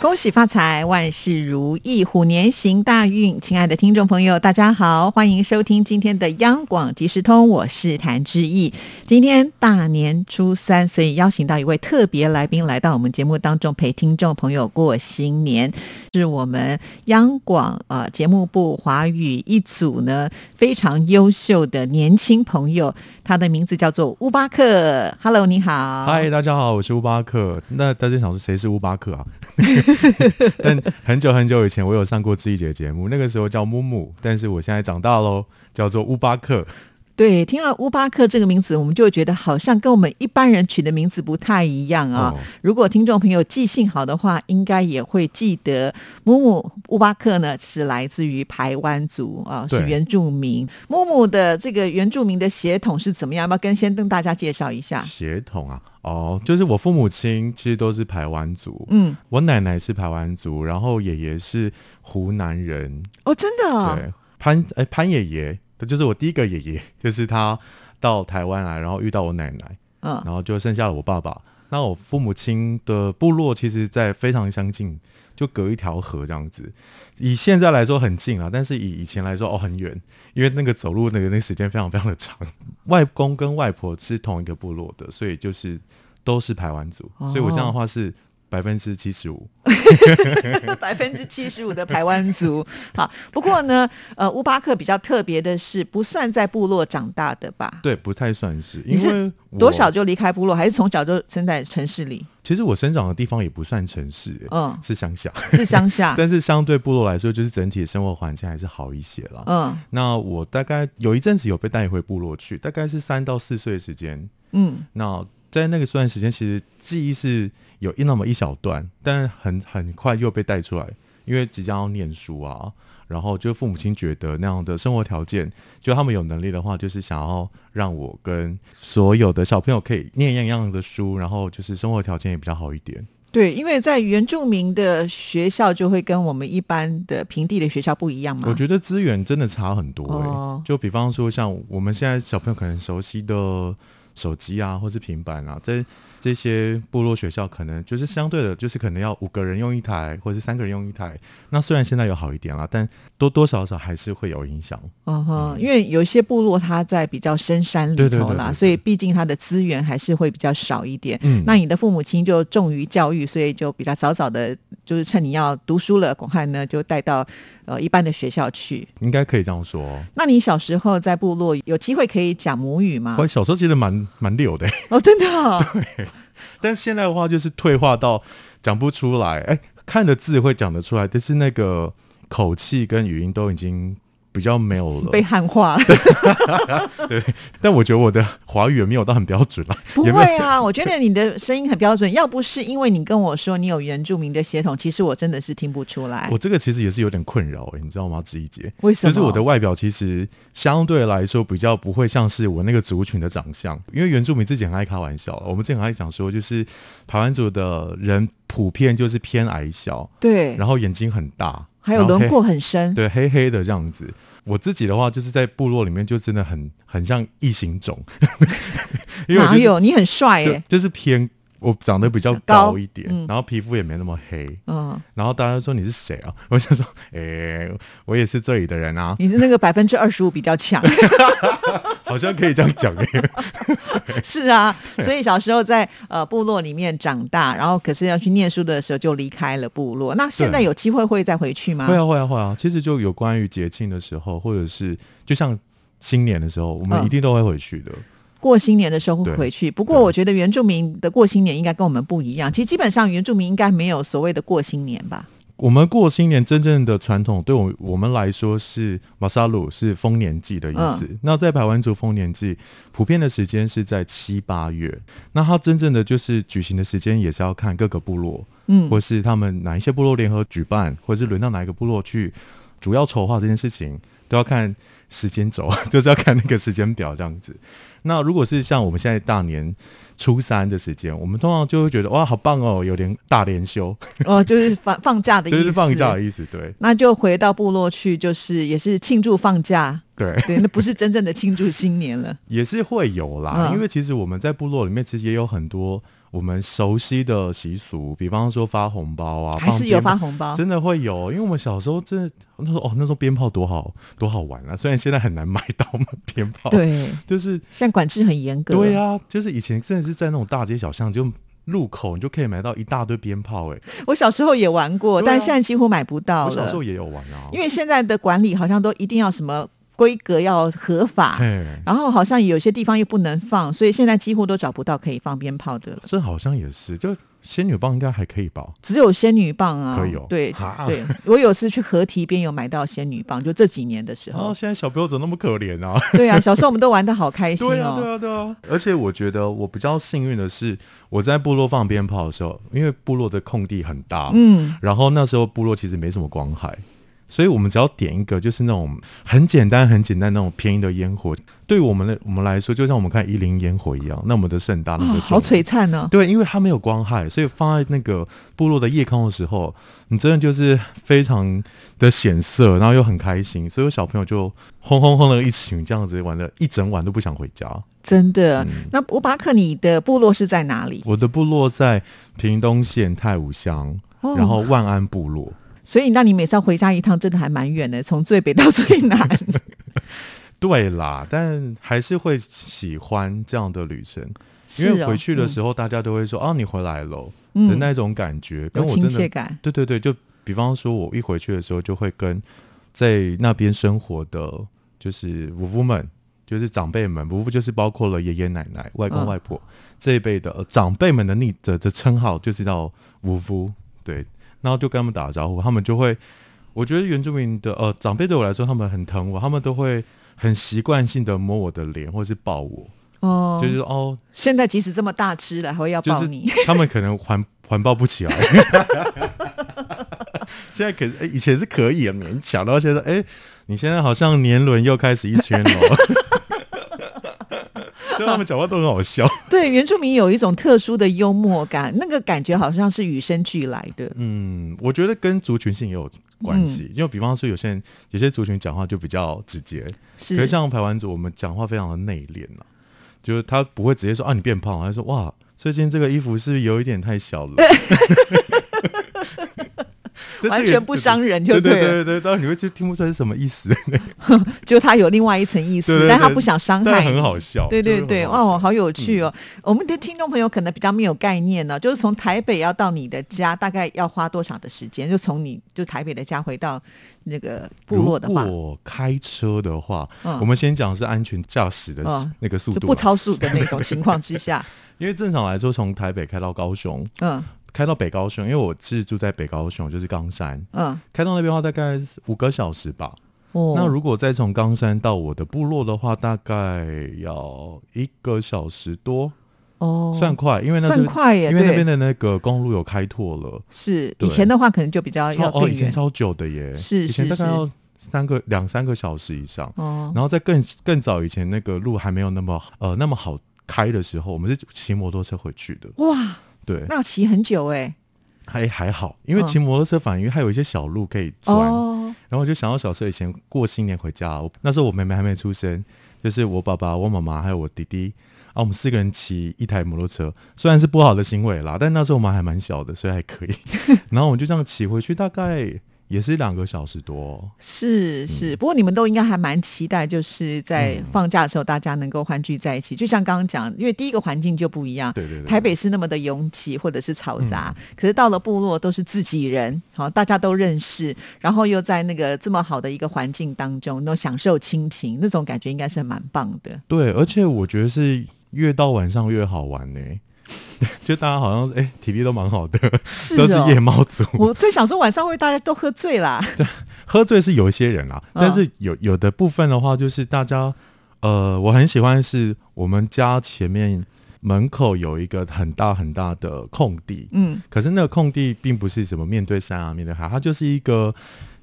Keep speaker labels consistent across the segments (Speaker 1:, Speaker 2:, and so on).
Speaker 1: 恭喜发财，万事如意，虎年行大运！亲爱的听众朋友，大家好，欢迎收听今天的央广即时通，我是谭志毅。今天大年初三，所以邀请到一位特别来宾来到我们节目当中，陪听众朋友过新年，是我们央广呃节目部华语一组呢非常优秀的年轻朋友，他的名字叫做乌巴克。Hello，你好，
Speaker 2: 嗨，大家好，我是乌巴克。那大家想说谁是乌巴克啊？ 但很久很久以前，我有上过志毅姐的节目，那个时候叫木木，但是我现在长大喽，叫做乌巴克。
Speaker 1: 对，听到乌巴克这个名字，我们就会觉得好像跟我们一般人取的名字不太一样啊。
Speaker 2: 哦
Speaker 1: 如果听众朋友记性好的话，应该也会记得木木乌巴克呢是来自于排湾族啊，是
Speaker 2: 对
Speaker 1: 原住民。木木的这个原住民的血统是怎么样？要不要跟先跟大家介绍一下？
Speaker 2: 血统啊，哦，就是我父母亲其实都是排湾族，
Speaker 1: 嗯，
Speaker 2: 我奶奶是排湾族，然后爷爷是湖南人，
Speaker 1: 哦，真的哦，
Speaker 2: 对，潘哎、潘爷爷，对就是我第一个爷爷，就是他到台湾来，然后遇到我奶奶，
Speaker 1: 嗯，
Speaker 2: 然后就剩下了我爸爸。那我父母亲的部落其实，在非常相近，就隔一条河这样子。以现在来说很近啊，但是以以前来说哦很远，因为那个走路那个那个时间非常非常的长。 外公跟外婆是同一个部落的，所以就是都是排湾
Speaker 1: 哦
Speaker 2: 族，所以我这样的话是百分之七十五。
Speaker 1: 百分之七十五的排湾族。好，不过呢，呃，乌巴克比较特别的是，不算在部落长大的吧？
Speaker 2: 对，不太算是，
Speaker 1: 你
Speaker 2: 因
Speaker 1: 是
Speaker 2: 为我
Speaker 1: 多少？就离开部落，还是从小就生在城市 里？
Speaker 2: 其实我生长的地方也不算城市、欸
Speaker 1: 嗯，
Speaker 2: 是乡下，
Speaker 1: 是乡下。
Speaker 2: 但是相对部落来说，就是整体的生活环境还是好一些啦。
Speaker 1: 嗯
Speaker 2: 那我大概有一阵子有被带回部落去，大概是三到四岁的时间。
Speaker 1: 嗯，
Speaker 2: 那在那个段时间，其实记忆是有一那么一小段，但很很快又被带出来，因为即将要念书啊。然后就父母亲觉得那样的生活条件，就他们有能力的话，就是想要让我跟所有的小朋友可以念一样的书，然后就是生活条件也比较好一点。
Speaker 1: 对，因为在原住民的学校就会跟我们一般的平地的学校不一样嘛。
Speaker 2: 我觉得资源真的差很多、欸
Speaker 1: 哦
Speaker 2: 就比方说像我们现在小朋友可能熟悉的手机啊，或是平板啊，在这些部落学校可能就是相对的，就是可能要五个人用一台，或者是三个人用一台。那虽然现在有好一点啦，但多多少少还是会有影响。
Speaker 1: 嗯哼，因为有一些部落它在比较深山里头啦，
Speaker 2: 对对对对对
Speaker 1: 所以毕竟它的资源还是会比较少一点。
Speaker 2: 嗯
Speaker 1: 那你的父母亲就重于教育，所以就比较早早的，就是趁你要读书了，赶快呢就带到呃一般的学校去。
Speaker 2: 应该可以这样说哦。
Speaker 1: 那你小时候在部落有机会可以讲母语吗
Speaker 2: 我？小时候其实蛮蛮溜的、欸
Speaker 1: 哦，真的、哦，
Speaker 2: 但现在的话就是退化到讲不出来，哎、看的字会讲得出来，但是那个口气跟语音都已经比较没有了。
Speaker 1: 被汉化。
Speaker 2: 但我觉得我的华语也没有到很标准啦，
Speaker 1: 不
Speaker 2: 也没有
Speaker 1: 会啊，我觉得你的声音很标准。要不是因为你跟我说你有原住民的血统，其实我真的是听不出来
Speaker 2: 我。这个其实也是有点困扰、欸，你知道吗？志一姐，
Speaker 1: 为什么？
Speaker 2: 就是我的外表其实相对来说比较不会像是我那个族群的长相，因为原住民自己很爱开玩笑，我们之前很爱讲说，就是台湾族的人普遍就是偏矮小，
Speaker 1: 对，
Speaker 2: 然后眼睛很大，
Speaker 1: 还有
Speaker 2: 然后
Speaker 1: 轮
Speaker 2: 黑
Speaker 1: 廓很深。
Speaker 2: 对，黑黑的这样子。我自己的话，就是在部落里面就真的很很像异形种， 因为我
Speaker 1: 哪
Speaker 2: 就是
Speaker 1: 有？你很帅
Speaker 2: 就
Speaker 1: 耶。
Speaker 2: 就是偏我长得比较
Speaker 1: 哎高
Speaker 2: 高一点，
Speaker 1: 嗯
Speaker 2: 然后皮肤也没那么黑，
Speaker 1: 嗯，
Speaker 2: 然后大家说你是谁啊？ 我想说，诶、我也是这里的 人啊，
Speaker 1: 你的那个百分之二十五比较 强。
Speaker 2: 好像可以这样讲哎诶、
Speaker 1: 是啊，所以小时候在呃部落里面长大，然后可是要去念书的时候就离开了部落。那现在
Speaker 2: 对
Speaker 1: 有机会会再回去吗？
Speaker 2: 会啊，会啊，会啊。其实就有关于节庆的时候，或者是就像新年的时候，我们
Speaker 1: 嗯
Speaker 2: 一定都会回去的。
Speaker 1: 过新年的时候会
Speaker 2: 对
Speaker 1: 回去。不过我觉得原住民的过新年应该跟我们不一样。其实基本上原住民应该没有所谓的过新年吧？
Speaker 2: 我们过新年真正的传统，对我我们来说是马萨鲁是丰年祭的意思。
Speaker 1: 嗯
Speaker 2: 那在排湾族丰年祭普遍的时间是在七八月，那它真正的就是举行的时间也是要看各个部落，
Speaker 1: 嗯
Speaker 2: 或是他们哪一些部落联合举办，或是轮到哪一个部落去主要筹划这件事情，都要看 时间轴，就是要看那个时间表这样子。那如果是像我们现在大年初三的时间，我们通常就会觉得哇，好棒哦，有点大连休，
Speaker 1: 哦，就是放放假的意
Speaker 2: 就
Speaker 1: 思，
Speaker 2: 是放假的意思。对
Speaker 1: 那就回到部落去，就是也是庆祝放假，
Speaker 2: 对，
Speaker 1: 对，那不是真正的庆祝新年了。
Speaker 2: 也是会有啦，
Speaker 1: 嗯
Speaker 2: 因为其实我们在部落里面，其实也有很多我们熟悉的习俗，比方说发红包啊，
Speaker 1: 还是有发
Speaker 2: 放鞭
Speaker 1: 红包
Speaker 2: 炮，，真的会有。因为我们小时候真的那时候哦，那时候鞭炮多好多好玩啊，虽然现在很难买到嘛鞭炮，，
Speaker 1: 对，
Speaker 2: 就是
Speaker 1: 现在管制很严格，
Speaker 2: 哦对啊，就是以前真的是在那种大街小巷就。路口你就可以买到一大堆鞭炮、欸，
Speaker 1: 我小时候也玩过，
Speaker 2: 对啊
Speaker 1: 但现在几乎买不到
Speaker 2: 我小时候
Speaker 1: 了，
Speaker 2: 也有玩啊，
Speaker 1: 因为现在的管理好像都一定要什么规格要合法，
Speaker 2: 嘿，
Speaker 1: 然后好像有些地方又不能放，所以现在几乎都找不到可以放鞭炮的了，
Speaker 2: 这好像也是，就仙女棒应该还可以吧？
Speaker 1: 只有仙女棒啊，
Speaker 2: 可以哦
Speaker 1: 对
Speaker 2: 哈
Speaker 1: 对，我有次去河堤边有买到仙女棒，就这几年的时
Speaker 2: 然后
Speaker 1: 候，
Speaker 2: 哦现在小朋友怎么那么可怜啊？
Speaker 1: 对啊，小时候我们都玩的好开心
Speaker 2: 对啊，
Speaker 1: 哦，
Speaker 2: 对啊，对啊！而且我觉得我比较幸运的是，我在部落放鞭炮的时候，因为部落的空地很大，
Speaker 1: 嗯，
Speaker 2: 然后那时候部落其实没什么光害，所以我们只要点一个就是那种很简单、很简单那种便宜的烟火，对我们的我们来说，就像我们看一零烟火一样，那么的盛大，那么
Speaker 1: 哦
Speaker 2: 的
Speaker 1: 好
Speaker 2: 壮
Speaker 1: 璀璨呢、
Speaker 2: 对，因为它没有光害，所以放在那个部落的夜空的时候，你真的就是非常的显色，然后又很开心，所以有小朋友就轰轰轰的一群这样子玩了一整晚都不想回家。
Speaker 1: 真的。那乌巴克，你的部落是在哪里？
Speaker 2: 嗯我的部落在屏东县太武乡，
Speaker 1: 哦
Speaker 2: 然后万安部落。
Speaker 1: 所以，那你每次要回家一趟，真的还蛮远的，从最北到最南。
Speaker 2: 对啦，但还是会喜欢这样的旅程，因
Speaker 1: 是
Speaker 2: 为
Speaker 1: 哦
Speaker 2: 回去的
Speaker 1: 嗯
Speaker 2: 时候大家都会说：“哦、你回来喽”的
Speaker 1: 嗯
Speaker 2: 那种感觉，跟
Speaker 1: 有
Speaker 2: 我
Speaker 1: 亲
Speaker 2: 真的
Speaker 1: 切感。
Speaker 2: 对对对，就比方说，我一回去的时候，就会跟在那边生活的，就是五夫们，就是长辈们，五夫就是包括了爷爷奶奶、外公
Speaker 1: 嗯
Speaker 2: 外婆、这一辈的、呃长辈们的昵的的称号，就是叫五夫。对，然后就跟他们打招呼，他们就会，我觉得原住民的呃长辈对我来说，他们很疼我，他们都会很习惯性的摸我的脸，或是抱我，
Speaker 1: 哦，
Speaker 2: 就是说哦，
Speaker 1: 现在即使这么大只了，还会要
Speaker 2: 就
Speaker 1: 抱
Speaker 2: 是
Speaker 1: 你，
Speaker 2: 他们可能环环抱不起来。 现在可哎以前是可以啊，勉强，然后现在哎、你现在好像年轮又开始一圈了 哦。对他们讲话都很好笑，
Speaker 1: 对原住民有一种特殊的幽默感，那个感觉好像是与生俱来的。
Speaker 2: 嗯，我觉得跟族群性也有关系，
Speaker 1: 嗯
Speaker 2: 因为比方说有些人有些族群讲话就比较直接，可是
Speaker 1: 是，
Speaker 2: 像排湾族，我们讲话非常的内敛啊，就是他不会直接说啊你变胖了，他说哇最近这个衣服是不是有一点太小了， 这
Speaker 1: 完
Speaker 2: 这个
Speaker 1: 全不伤人就
Speaker 2: 对
Speaker 1: 对了
Speaker 2: 对对对，当然你会就听不出来是什么意思，
Speaker 1: 就他有另外一层意思，
Speaker 2: 对对对
Speaker 1: 但他不想伤害
Speaker 2: 但
Speaker 1: 你。
Speaker 2: 很好笑，
Speaker 1: 对对对，
Speaker 2: 哇，
Speaker 1: 哇，好有
Speaker 2: 嗯
Speaker 1: 趣哦！我们的听众朋友可能比较没有概念呢、就是从台北要到你的家，大概要花多少的时间？就从你就台北的家回到那个部落的话
Speaker 2: 如，果开车的话，
Speaker 1: 嗯
Speaker 2: 我们先讲是安全驾驶的
Speaker 1: 嗯
Speaker 2: 那个速
Speaker 1: 就
Speaker 2: 度啊
Speaker 1: 不
Speaker 2: 啦，
Speaker 1: 超速的那 种情况之下，
Speaker 2: 因为正常来说，从台北开到高雄，
Speaker 1: 嗯
Speaker 2: 开到北高雄，因为我是住在北高雄，就是冈山，
Speaker 1: 嗯，
Speaker 2: 开到那边的话大概五个小时吧。
Speaker 1: 哦，
Speaker 2: 那如果再从冈山到我的部落的话，大概要一个小时多，
Speaker 1: 哦
Speaker 2: 算快，因为那是
Speaker 1: 算快耶，
Speaker 2: 因为那边
Speaker 1: 对，
Speaker 2: 的那个公路有开拓了，
Speaker 1: 是
Speaker 2: 对
Speaker 1: 以前的话可能就比较
Speaker 2: 超
Speaker 1: 要
Speaker 2: 哦，
Speaker 1: 更
Speaker 2: 以前
Speaker 1: 远
Speaker 2: 超久的耶，
Speaker 1: 是
Speaker 2: 以前
Speaker 1: 是
Speaker 2: 大概要三个两三个小时以上，
Speaker 1: 哦，
Speaker 2: 然后在更更早以前那个路还没有那么呃那么好开的时候，我们是骑摩托车回去的，
Speaker 1: 哇，
Speaker 2: 对，
Speaker 1: 那要骑很久哎，
Speaker 2: 还还好，因为
Speaker 1: 嗯
Speaker 2: 骑摩托车反而还有一些小路可以钻，
Speaker 1: 哦，
Speaker 2: 然后我就想到小时候以前过新年回家，我那时候我妹妹还没出生，就是我爸爸、我妈妈还有我弟弟，啊，我们四个人骑一台摩托车，虽然是不好的行为啦，但那时候我们还蛮小的，所以还可以。 然后我们就这样骑回去，大概也是两个小时多。
Speaker 1: 是是，不过你们都应该还蛮期待，就是在
Speaker 2: 嗯
Speaker 1: 放假的时候大家能够欢聚在一起。就像刚刚讲，因为第一个环境就不一样，
Speaker 2: 对对嗯对对
Speaker 1: 台北是那么的拥挤或者是嘈杂，可是到了部落都是自己人，好、大家都认识，然后又在那个这么好的一个环境当中，能享受亲情，那种感觉应该是蛮棒的。
Speaker 2: 对，而且我觉得是越到晚上越好玩呢、 就大家好像哎、体力都蛮好的，
Speaker 1: 是
Speaker 2: 都是
Speaker 1: 哦
Speaker 2: 夜猫族。
Speaker 1: 我在想说晚上会大家都喝醉 啦，
Speaker 2: 喝醉是有一些人啦，
Speaker 1: 嗯
Speaker 2: 但是有有的部分的话，就是大家，呃，我很喜欢是我们家前面门口有一个很大很大的空地，
Speaker 1: 嗯，
Speaker 2: 可是那个空地并不是什么面对山啊面对海，它就是一个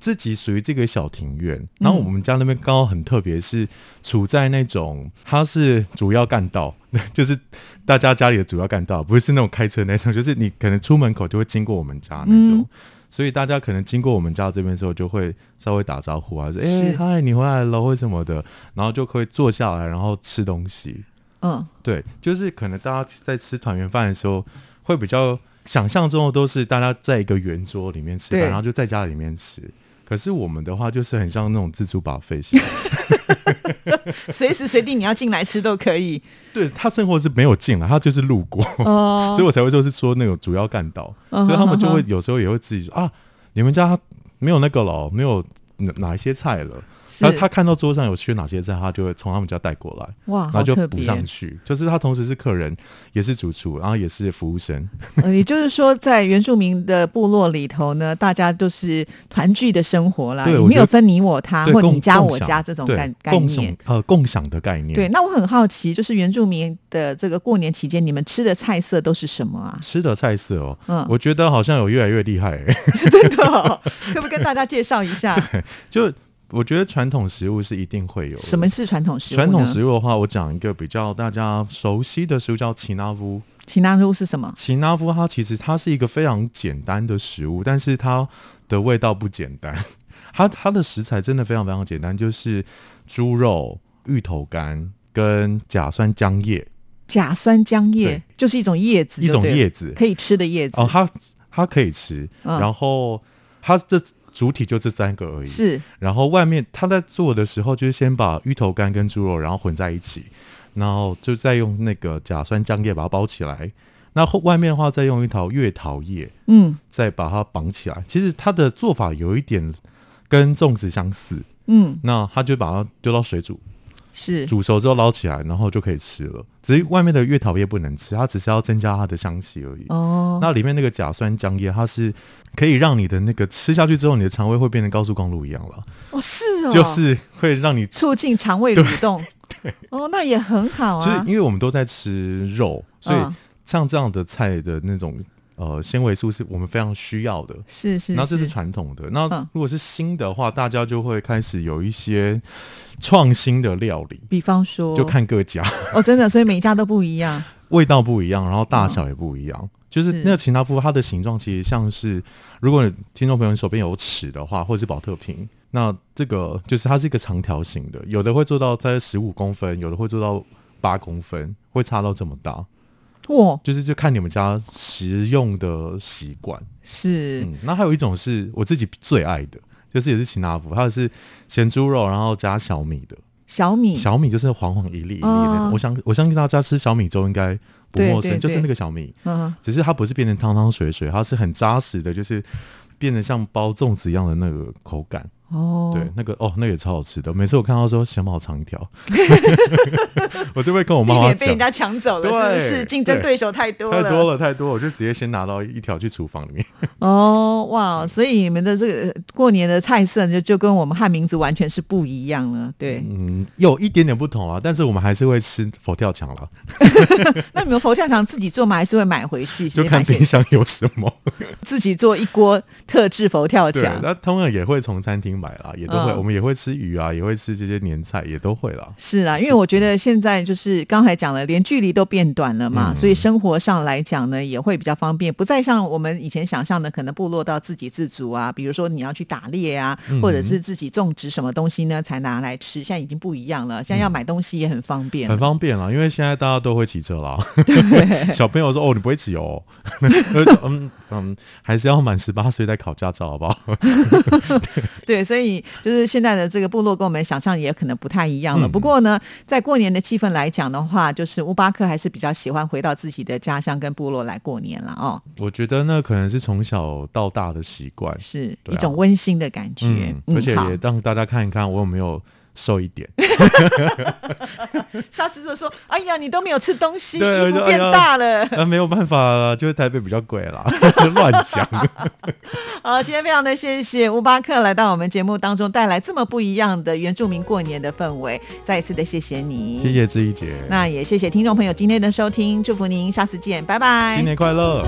Speaker 2: 自己属于这个小庭
Speaker 1: 嗯
Speaker 2: 院。然后我们家那边刚好很特别，是处在那种它是主要干道， 就是大家家里的主要干道，不是那种开车那种，就是你可能出门口就会经过我们家那种。
Speaker 1: 嗯
Speaker 2: 所以大家可能经过我们家这边的时候，就会稍微打招呼啊，说：“哎、
Speaker 1: 是
Speaker 2: 嗨，你回来了，或什么的。”然后就可以坐下来，然后吃东西。
Speaker 1: 嗯，
Speaker 2: 对，就是可能大家在吃团圆饭的时候，会比较想象中的都是大家在一个圆桌里面吃饭，
Speaker 1: 对
Speaker 2: 然后就在家里面吃。可是我们的话，就是很像那种自助把费 型。
Speaker 1: 随时随地你要进来吃都可以。
Speaker 2: 对他生活是没有进来，他就是路过，
Speaker 1: 哦
Speaker 2: 所以我才会就是说那种主要干道，
Speaker 1: 嗯哼
Speaker 2: 所以他们就
Speaker 1: 嗯
Speaker 2: 会
Speaker 1: 哼
Speaker 2: 有时候也会自己说啊，你们家没有那个了哦，没有哪哪一些菜了。
Speaker 1: 是
Speaker 2: 然呃后他看到桌上有缺哪些菜，他就会从他们家带过来，
Speaker 1: 哇，
Speaker 2: 然
Speaker 1: 啊好
Speaker 2: 后就
Speaker 1: 特
Speaker 2: 补
Speaker 1: 别。
Speaker 2: 上去。就是他同时是客人，也是主厨，然后也是服务生。
Speaker 1: 呃，也就是说，在原住民的部落里头呢，大家都是团聚的生活啦，
Speaker 2: 对
Speaker 1: 也
Speaker 2: 我
Speaker 1: 没
Speaker 2: 觉
Speaker 1: 有
Speaker 2: 得
Speaker 1: 分你我他
Speaker 2: 对，
Speaker 1: 啊或
Speaker 2: 共
Speaker 1: 你家
Speaker 2: 共
Speaker 1: 我
Speaker 2: 享
Speaker 1: 家这种
Speaker 2: 对
Speaker 1: 概概
Speaker 2: 共享
Speaker 1: 念。
Speaker 2: 呃共享的概念。
Speaker 1: 对，，那我很好奇，就是原住民的这个过年期间，你们吃的菜色都是什么啊？
Speaker 2: 吃的菜色哦，
Speaker 1: 嗯
Speaker 2: 我觉得好像有越来越厉害、欸。
Speaker 1: 真的哦、可不可以跟大家介绍一下
Speaker 2: 就我觉得传统食物是一定会有的
Speaker 1: 什么是传统食物呢？
Speaker 2: 传统食物的话，我讲一个比较大家熟悉的食物叫奇纳夫。
Speaker 1: 其他肉是什么？
Speaker 2: 奇纳夫它其实它是一个非常简单的食物，但是它的味道不简单。 它它的食材真的非常非常简单，就是猪肉、芋头干跟甲酸浆叶
Speaker 1: 甲酸浆叶
Speaker 2: 对
Speaker 1: 就是一种叶子
Speaker 2: 一
Speaker 1: 就对了，
Speaker 2: 种叶子。
Speaker 1: 可以吃的叶子。
Speaker 2: 哦，它它可以吃，
Speaker 1: 嗯
Speaker 2: 然后它这主体就这三个而已。
Speaker 1: 是
Speaker 2: 然后外面他在做的时候，就是先把芋头干跟猪肉然后混在一起，然后就再用那个甲酸浆液把它包起来。那后外面的话，再用一条月桃叶
Speaker 1: 嗯
Speaker 2: 再把它绑起来。其实它的做法有一点跟粽子相似，
Speaker 1: 嗯
Speaker 2: 那他就把它丢到水煮，
Speaker 1: 是
Speaker 2: 煮熟之后捞起来，然后就可以吃了。只是外面的月桃叶不能吃，它只是要增加它的香气而已。
Speaker 1: 哦，
Speaker 2: 那里面那个甲酸浆液，它是可以让你的那个吃下去之后，你的肠胃会变成高速公路一样了，
Speaker 1: 哦是哦，
Speaker 2: 就是会让你
Speaker 1: 促进肠胃蠕动。哦，那也很好
Speaker 2: 就是
Speaker 1: 啊。
Speaker 2: 因为我们都在吃肉，所以
Speaker 1: 嗯
Speaker 2: 像这样的菜的那种呃纤维素是我们非常需要的。
Speaker 1: 是是，
Speaker 2: 然后这是
Speaker 1: 是
Speaker 2: 传统的，那
Speaker 1: 嗯
Speaker 2: 如果是新的话，大家就会开始有一些创新的料理，
Speaker 1: 比方说，
Speaker 2: 就看各家
Speaker 1: 哦，真的，所以每一家都不一样。
Speaker 2: 味道不一样，然后大小也不一样。就是
Speaker 1: 嗯是
Speaker 2: 那个秦达夫，它的形状其实像是，如果你听众朋友你手边有尺的话，或者是保特瓶，那这个就是它是一个长条形的，有的会做到在十五公分，有的会做到八公分，会差到这么大。
Speaker 1: 哇，
Speaker 2: 就是就看你们家食用的习惯。
Speaker 1: 是
Speaker 2: 嗯，那还有一种是我自己最爱的，就是也是秦拿福，它是咸猪肉，然后加小米的。
Speaker 1: 小米，
Speaker 2: 小米就是黄黄一粒一粒的，
Speaker 1: 嗯哦
Speaker 2: 我相我相信大家吃小米粥应该不陌
Speaker 1: 对对
Speaker 2: 生，就是
Speaker 1: 对
Speaker 2: 那个小米，
Speaker 1: 嗯，
Speaker 2: 只是它不是变成汤汤水水，它是很扎实的，就是变得像包粽子一样的那个口感。
Speaker 1: 哦，
Speaker 2: 对，，那个哦，那个也超好吃的。每次我看到说小米好长 一条，我就会跟我
Speaker 1: 避
Speaker 2: 妈妈
Speaker 1: 免被
Speaker 2: 讲
Speaker 1: 人。家抢走了，是
Speaker 2: 对
Speaker 1: 不是？竞争
Speaker 2: 对
Speaker 1: 对手太多
Speaker 2: 太
Speaker 1: 了，
Speaker 2: 多了，太多了，我就直接先拿到一条去厨房里面。
Speaker 1: 哦，哇！所以你们的这个呃过年的菜色就就跟我们汉民族完全是不一样了，对。
Speaker 2: 嗯，有一点点不同啊，但是我们还是会吃佛跳墙啦，
Speaker 1: 那你们佛跳墙自己做吗？还是会买回去？ 直
Speaker 2: 就
Speaker 1: 接
Speaker 2: 看
Speaker 1: 买现
Speaker 2: 冰箱有什 么。
Speaker 1: 自己做一锅特制佛跳
Speaker 2: 对，
Speaker 1: 墙，
Speaker 2: 那通常也会从餐厅买啦，也都会，
Speaker 1: 嗯
Speaker 2: 我们也会吃鱼啊，也会吃这些年菜，也都会啦。
Speaker 1: 是啊，因为
Speaker 2: 嗯
Speaker 1: 我觉得现在就是刚才讲了，连距离都变短了嘛，
Speaker 2: 嗯
Speaker 1: 所以生活上来讲呢，也会比较方便，不再像我们以前想象的，可能部落到自给自足啊，比如说你要去打猎啊，或
Speaker 2: 嗯
Speaker 1: 者是自己种植什么东西呢，才拿来吃。现在已经不一样了，现在要买东西也很方便了。
Speaker 2: 嗯很方便啦，因为现在大家都会骑车啦。 小朋友说：“哦，你不会骑哦。” 我就说嗯嗯，还是要满十八岁再考驾照，好 不好？
Speaker 1: 对，所以就是现在的这个部落跟我们想象也可能不太一样了。
Speaker 2: 嗯
Speaker 1: 不过呢，在过年的气氛来讲的话，就是乌巴克还是比较喜欢回到自己的家乡跟部落来过年了哦，
Speaker 2: 我觉得那可能是从小到大的习惯，
Speaker 1: 是
Speaker 2: 对
Speaker 1: 一
Speaker 2: 啊
Speaker 1: 种温馨的感觉。
Speaker 2: 嗯，而且
Speaker 1: 好
Speaker 2: 也让大家看一看我有没有瘦 一点。
Speaker 1: 下次就说：“哎呀，你都没有吃东西，衣
Speaker 2: 对我就
Speaker 1: 服
Speaker 2: 哎
Speaker 1: 变
Speaker 2: 呀
Speaker 1: 大了。
Speaker 2: 啊，没有办法啦，就是台北比较贵啦， 乱讲。
Speaker 1: 好，今天非常的谢谢乌巴克来到我们节目当中，带来这么不一样的原住民过年的氛围，再一次的谢谢你，
Speaker 2: 谢。谢志怡姐，
Speaker 1: 那也谢谢听众朋友今天的收听，祝福您，下次见，拜拜。
Speaker 2: 新年快乐。